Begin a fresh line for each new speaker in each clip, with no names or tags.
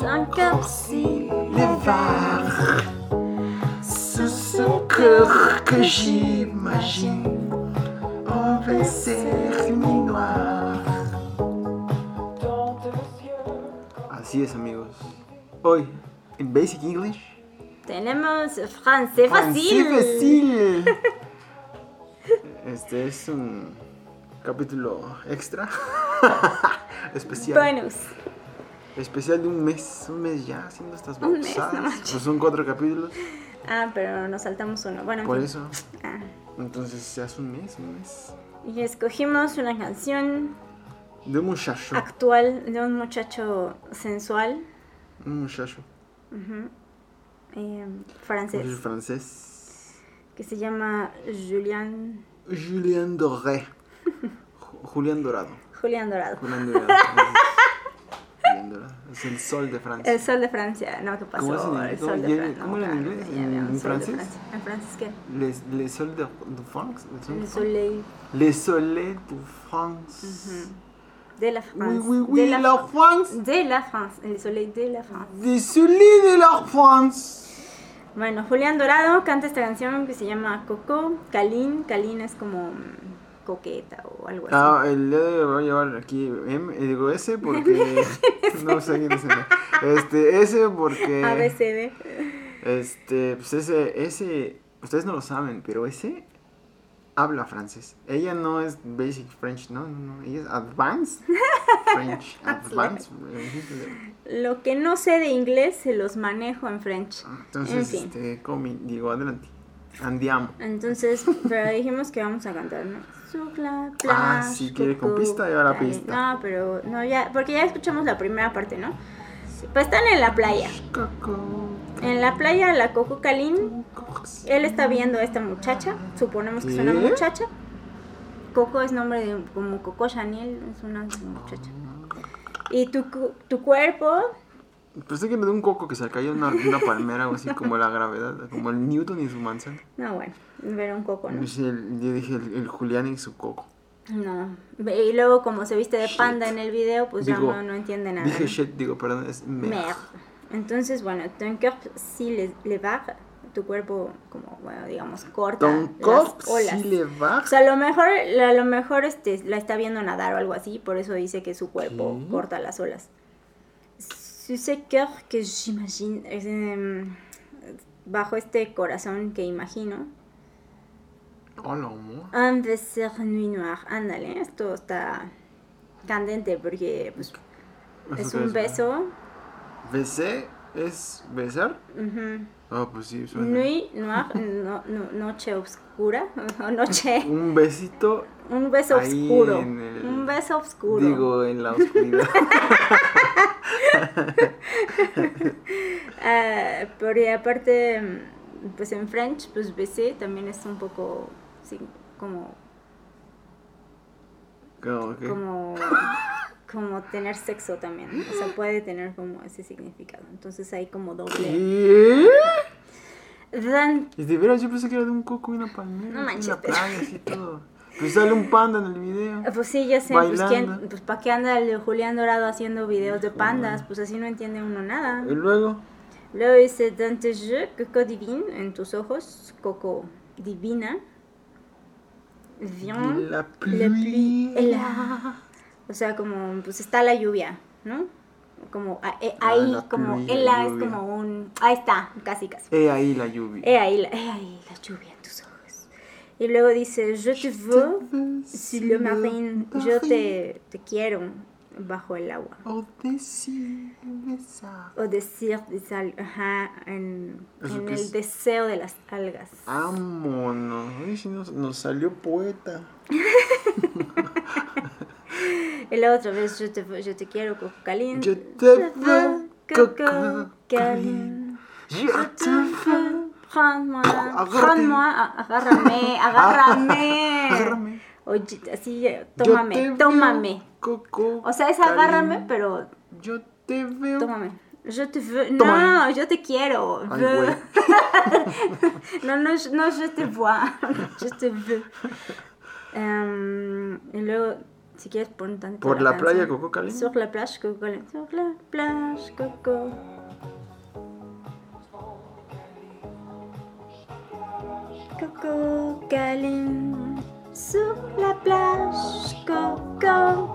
un capsivard sous son cœur que j'imagine en baiser noir.
Así es, Assim é, amigos. Hoy, en Basic English.
Tenemos francés fácil.
Francifacil. Este es un capítulo extra. especial.
Bonus.
Especial de um un mes. Un mes ya haciendo estas
Un mes,
babosadas.
no manches.
pues son cuatro capítulos.
Ah, pero nos saltamos uno. Bueno, en
Por
fin.
então, eso.
Ah,
Entonces, hace un mes, un mes.
y escogimos una canción
De un muchacho.
actual de un muchacho sensual
Un muchacho.
eh,
Un muchacho
francés
francés.
que se llama Julián
Julien Doré. Ju- Julián Dorado.
Julián Dorado.
Julián Dorado. Julián Dorado. Es el sol de Francia.
El sol de Francia, no, ¿qué pasó?
¿Cómo es en
el
inglés?
sol de
¿Ya-
Francia.
cómo era en
claro,
inglés?
ya había un
¿En
sol de
francés?
Francia. ¿En francés qué?
Le, le sol de, de France. Le sol de
El
France.
soleil
Le soleil de France.
de la France.
Oui, oui,
de
oui,
la,
la, France.
de la France. El soleil de la France.
Le soleil de la France.
Bueno, Julián Dorado canta esta canción que se llama Coco, Kalin. Kalin es como mm, coqueta o algo así.
Ah, el día de hoy voy a llevar aquí M, eh, digo S porque no sé quién es M. Este, S porque
ABCD.
eh. Este, pues ese, ese, ustedes no lo saben, pero ese habla francés. Ella no es basic French, no, no, no, ella es advanced French, advanced. French.
Lo que no sé de inglés se los manejo en French.
Entonces,
En fin.
este, comi, digo, adelante, andiamo.
Entonces, pero dijimos que vamos a cantar, ¿no? Sur la
Ah,
plage,
sí, ¿quiere con
coco,
pista? Lleva la
Kalin.
pista.
No, pero no, ya, porque ya escuchamos la primera parte, ¿no? Pues están en la playa.
Coco,
En la playa, la Coco Kalin
coco.
Él está viendo a esta muchacha, suponemos que es una
¿Qué?
muchacha. Coco es nombre de como Coco Chanel, es una muchacha. Y tu, cu- tu cuerpo,
Pensé Pues que me dio un coco que se le cayó en una, una palmera o así, como la gravedad, como el Newton y su manzana.
no bueno, ver un coco, ¿no?
Dije, el- Yo dije, el, el Julián y su coco.
No. Ve- Y luego como se viste de
Shit.
panda en el video, pues
Digo,
ya no, no entiende nada.
Dije
¿no?
shit, digo, perdón, es merde.
Merde. Entonces, bueno, ton corps si le, le baja, tu cuerpo como, bueno, digamos, corta
Don
las
Cox
olas.
sí le
O
baja.
sea, a lo mejor, a lo mejor este, la está viendo nadar o algo así, por eso dice que su cuerpo
¿Qué?
corta las olas. Su cœur que j'imagine, es, em, bajo este corazón que imagino.
Hola, amor.
Un baiser nuit noir. Ándale, esto está candente porque pues, es
Eso
un
que
beso.
¿Besé? ¿Es besar?
ujú.
Ah, pues sí, suena.
Nuit noir, no- no- noche oscura, o noche.
Un besito,
Un beso
Ahí
oscuro.
en el-
Un beso oscuro.
digo, en la oscuridad.
Ah, pero y aparte, mm, pues en French, pues BC también es un poco sí, como,
Como que-
como, como tener sexo también. O sea, puede tener como ese significado. Entonces hay como doble.
¿Qué?
Dan-
Y de veras, yo pensé que era de un coco y una palmera.
No
así,
manches,
En la
pero-
playa, así todo. Pues sale un panda en el video.
Pues sí, ya sé, pues,
Bailando.
¿quién, pues ¿para qué anda el Julián Dorado haciendo videos de pandas? Pues así no entiende uno nada.
Y luego,
Luego dice, dans tes yeux, coco divine, en tus ojos, coco divina. Viens.
la
Le Ah, pli-
pluie.
la- O sea, como pues está la lluvia, ¿no? Como a- eh,
Ah,
ahí,
la
como
lluvia,
el la es
lluvia.
como un. Ahí está, casi casi.
He ahí la lluvia.
He ahí, la, he ahí la lluvia en tus ojos. Y luego dice: Je te veux, si le marin, yo te, te quiero bajo el agua.
O decir, besar.
O decir, dice al- ajá, en,
¿Eso
en
qué
el
es?
deseo de las algas.
Vámonos. Ay, sí nos, nos salió poeta.
Y la otra vez, yo te, veux, yo te quiero, Coco Calín.
Yo te
veux,
veux,
Coco
Coco
Calín.
Calín.
Je te veux, prends-moi,
Agárrate. Ah,
prends-moi, a- agárrame, agárrame.
Agárrame.
Oye, así, eh,
Yo te
tómame,
veo,
tómame.
Coco.
O sea, es
Karim.
agárrame, pero
Yo te veo.
tómame. Yo te veux, no,
Tómame.
yo te quiero.
Ay,
veux.
güey.
No, no, je- Euh, no, je te vois, je te veux. Em, y luego, Si quieres pon tanto
Por la playa
canción.
Coco Cali.
Sur la plage Coco. Sur la plage Coco. Coco Caline. Sur la plage Coco.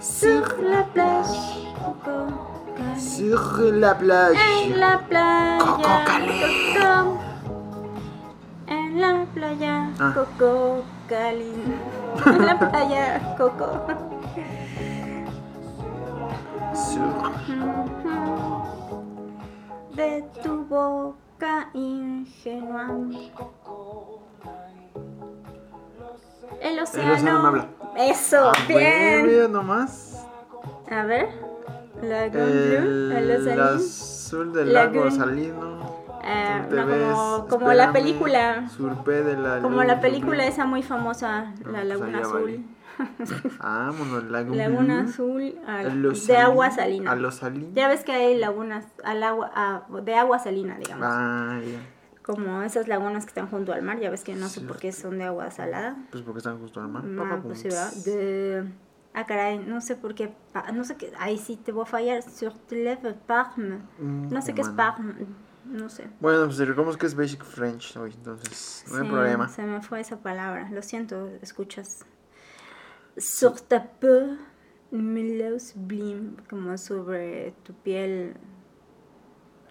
Sur la plage Coco. Caline.
Sur la
En
playa.
la playa
Coco Caline.
Coco. En la playa
Ah.
Coco Caline. En la playa Coco.
Sur
De tu boca ingenua. El océano.
océano me habla.
Eso,
Ah,
bien.
güey, nomás.
A ver. La Blue, el
El
océano.
azul del
Lagoon.
lago salino.
Eh,
Te
no,
ves,
como, como la
espérame,
película.
Surpé de la
Como la película esa muy famosa,
No,
La
pues
Laguna
allá
Azul.
Vámonos, lago.
Laguna
Blue.
Azul a-
A los
de agua
salin-
salina.
A los salinos.
Ya ves que hay lagunas al agua, a- de agua salina, digamos.
Ah, ya.
Como esas lagunas que están junto al mar, ya ves que no sé
Sí.
por qué son de agua salada.
Pues porque están justo al mar. Pa,
Ah,
pa,
pues sí,
pum.
¿verdad? De... Ah, caray, no sé por qué. pa- No sé qué. Ahí sí te voy a fallar. Sur te lèvres Parme.
Mm,
No sé qué es
humano.
Parme. No sé.
Bueno, pues recordemos que es Basic French hoy, entonces no hay
Sí,
problema.
Se me fue esa palabra. Lo siento, escuchas. Sur ta peau, mellow sublime, como sobre tu piel,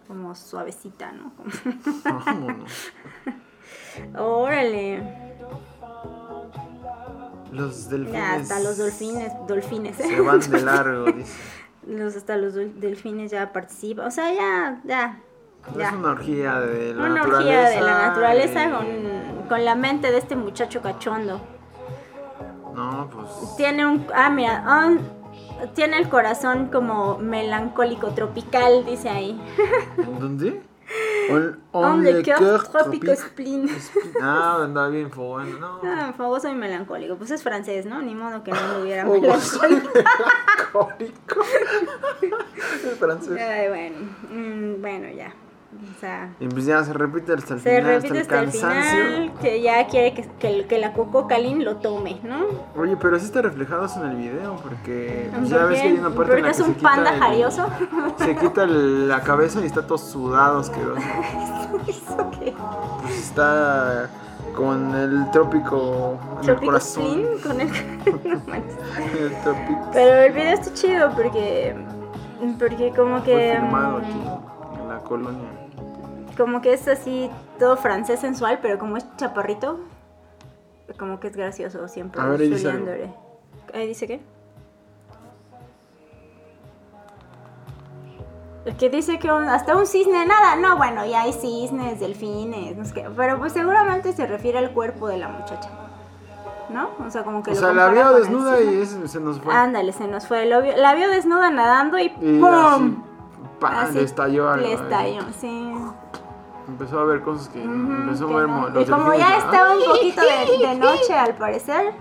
como suavecita, ¿no? Como-
Vámonos.
Órale.
Los
Ya,
delfines.
hasta los dolfines, dolfines.
Se van de largo, dice.
Los, hasta los dol- delfines ya participan. O sea, ya, ya.
Pues Es
ya.
una orgía de la
Una
naturaleza. Eh,
orgía de la naturaleza
y-
con, con la mente de este muchacho cachondo.
No, pues.
Tiene un. Ah, mira. un- tiene el corazón como melancólico tropical, dice ahí.
¿Dónde? On,
On le cœur tropico
tropique.
spleen.
Ah, andaba bien fogón. No.
Ah, famoso y melancólico. Pues es francés, ¿no? Ni modo que no lo hubiera
Oh, vos
melancólico.
soy melancólico. El francés.
Ay, bueno. Mm, bueno, ya. O sea.
Y pues ya se repite hasta el
Se
final,
repite hasta
hasta el
el
cansancio.
final que ya quiere que, que- que la Coco Calín lo tome, ¿no?
Oye, pero sí está reflejado eso en el video, porque pues, ya
¿Por
ves
qué?
que hay una parte en
Porque
la que
es un
se
panda
quita el-
jarioso.
Se quita el- la cabeza y está todo sudado, asqueroso.
¿Eso qué?
Pues está con el trópico en el
Tropico
corazón.
spleen con el. No manches.
El trópico
Pero el video está chido porque. Porque como
fue
que.
filmado
mm,
aquí, en la colonia.
Como que es así todo francés sensual, pero como es chaparrito, como que es gracioso siempre.
A ver, ahí dice
Julián
algo.
Doré. Ahí dice qué? El Que dice que un- hasta un cisne, nada, no, bueno, ya hay cisnes, delfines, no sé qué, pero pues seguramente se refiere al cuerpo de la muchacha, ¿no? O sea, como que
O
lo
sea, la
compara
vio
con el
desnuda
cisne.
y ese se nos fue.
Ándale, se nos fue, lo vio- la vio desnuda nadando y
Y
¡pum!
así, ¡pam!
Así,
le estalló algo.
Le
ahí.
estalló, sí.
Empezó a ver cosas que
Ujú,
empezó a
que
ver
no.
mo-
Y
los
como
delfines,
ya
¿no?
estaba un poquito de, de noche al parecer,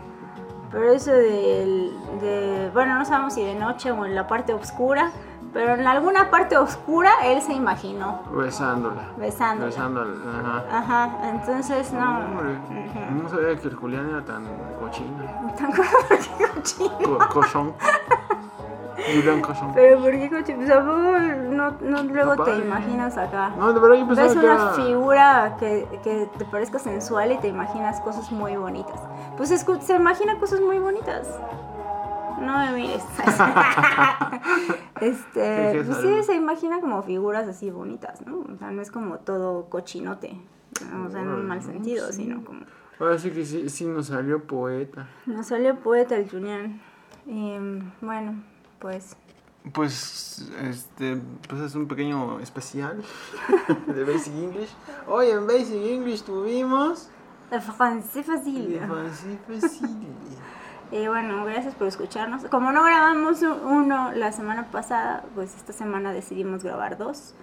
pero eso del, de, bueno, no sabemos si de noche o en la parte oscura, pero en alguna parte oscura él se imaginó
besándola.
besando. Ah,
Besándola. Ajá.
Ajá, entonces no.
Hombre, no sabía que el Julián era tan cochino.
Tan cochino.
Co cochón. Julián cochón.
Pero ¿por qué cochino? Pues, ¿a poco no, no luego te
Padre.
imaginas acá.
No, de verdad yo pensaba
Ves
que
Pues una
era...
figura que, que te parezca sensual y te imaginas cosas muy bonitas. Pues es que se imagina cosas muy bonitas. No me mires.
Sí,
este,
sí,
pues sí,
saludos.
se imagina como figuras así bonitas, ¿no? O sea, no es como todo cochinote. ¿no? O sea, en un mal sentido, sino como...
Ahora sí que sí, sí nos salió poeta.
Nos salió poeta el Julián. Y, bueno, pues...
Pues, este, pues es un pequeño especial de Basic English. Hoy en Basic English tuvimos...
Francés fácil.
Así fácil.
Y bueno, gracias por escucharnos. Como no grabamos u- uno la semana pasada, pues esta semana decidimos grabar dos.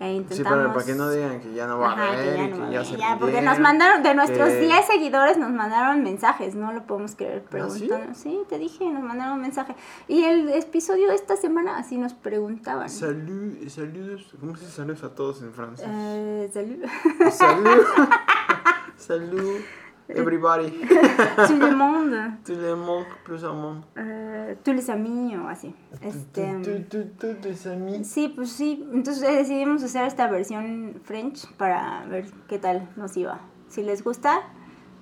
E intentamos...
Sí, para, para que no digan que ya no va a
Ajá, que
haber
ya
y
no
que
va a
ya
haber.
se
Ya, porque
pidieron.
nos mandaron, de nuestros
que-
10 seguidores nos mandaron mensajes, no lo podemos creer
¿Ah, sí?
preguntando. sí? te dije, nos mandaron un mensaje. Y el episodio de esta semana así nos preguntaban.
Salud, saludos, ¿cómo se dice saludos a todos en francés?
Eh, salud.
Salud. Salud.
Eh.
Everybody.
tout le monde,
Tout le monde, plus o menos.
eh, tous les amis o así. Este,
Tú, tú, tú, tus amigos.
sí, pues sí. Entonces eh, decidimos hacer esta versión French para ver qué tal nos iba. Si les gusta,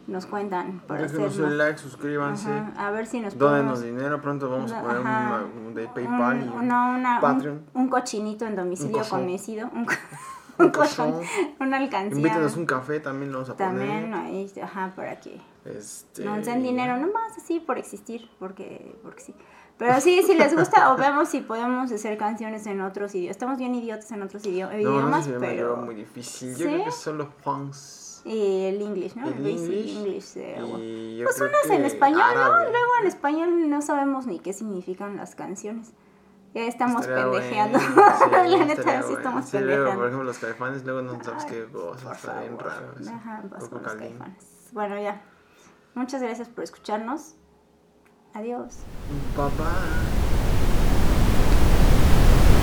nos cuentan para hacer
Déjenos un
más.
like, suscríbanse.
Ajá, A ver si nos
Dónenos
podemos-
dinero, pronto vamos a poner un,
Ajá.
un de PayPal y
Un- no, una- un-
Patreon.
Un, cochinito en domicilio
Un cochón.
conocido. Un,
Un
un cochón.
cochón.
Una alcancía.
Invítenos un ¿eh? café, también lo vamos a
También
poner.
ahí, ajá, para que
Este,
no nos den dinero, nomás así por existir, porque, porque sí. Pero sí, si les gusta o vemos si podemos hacer canciones en otros idiomas. Estamos bien idiotas en otros idio-
No, no sé
idiomas,
si yo me
pero...
llevo muy difícil. Yo
¿Sí?
creo que solo Juans.
Y el English, ¿no?
El
basic
English.
English. eh, bueno.
Y yo
pues
creo
unas en
que ah,
español, ¿no?
árabe.
Luego en español no sabemos ni qué significan las canciones. Ya estamos
Estaría
pendejeando.
bueno, sí,
La neta,
estaría
sí
bueno.
estamos
Sí, luego, por
pendejeando.
ejemplo, los caifanes, luego no sabes
Ay,
qué cosa,
Por
está oh, bien
favor.
raro. eso.
Ajá, vas
Coco
con los
Calín.
caifanes. Bueno, ya. Muchas gracias por escucharnos. Adiós.
Bye bye.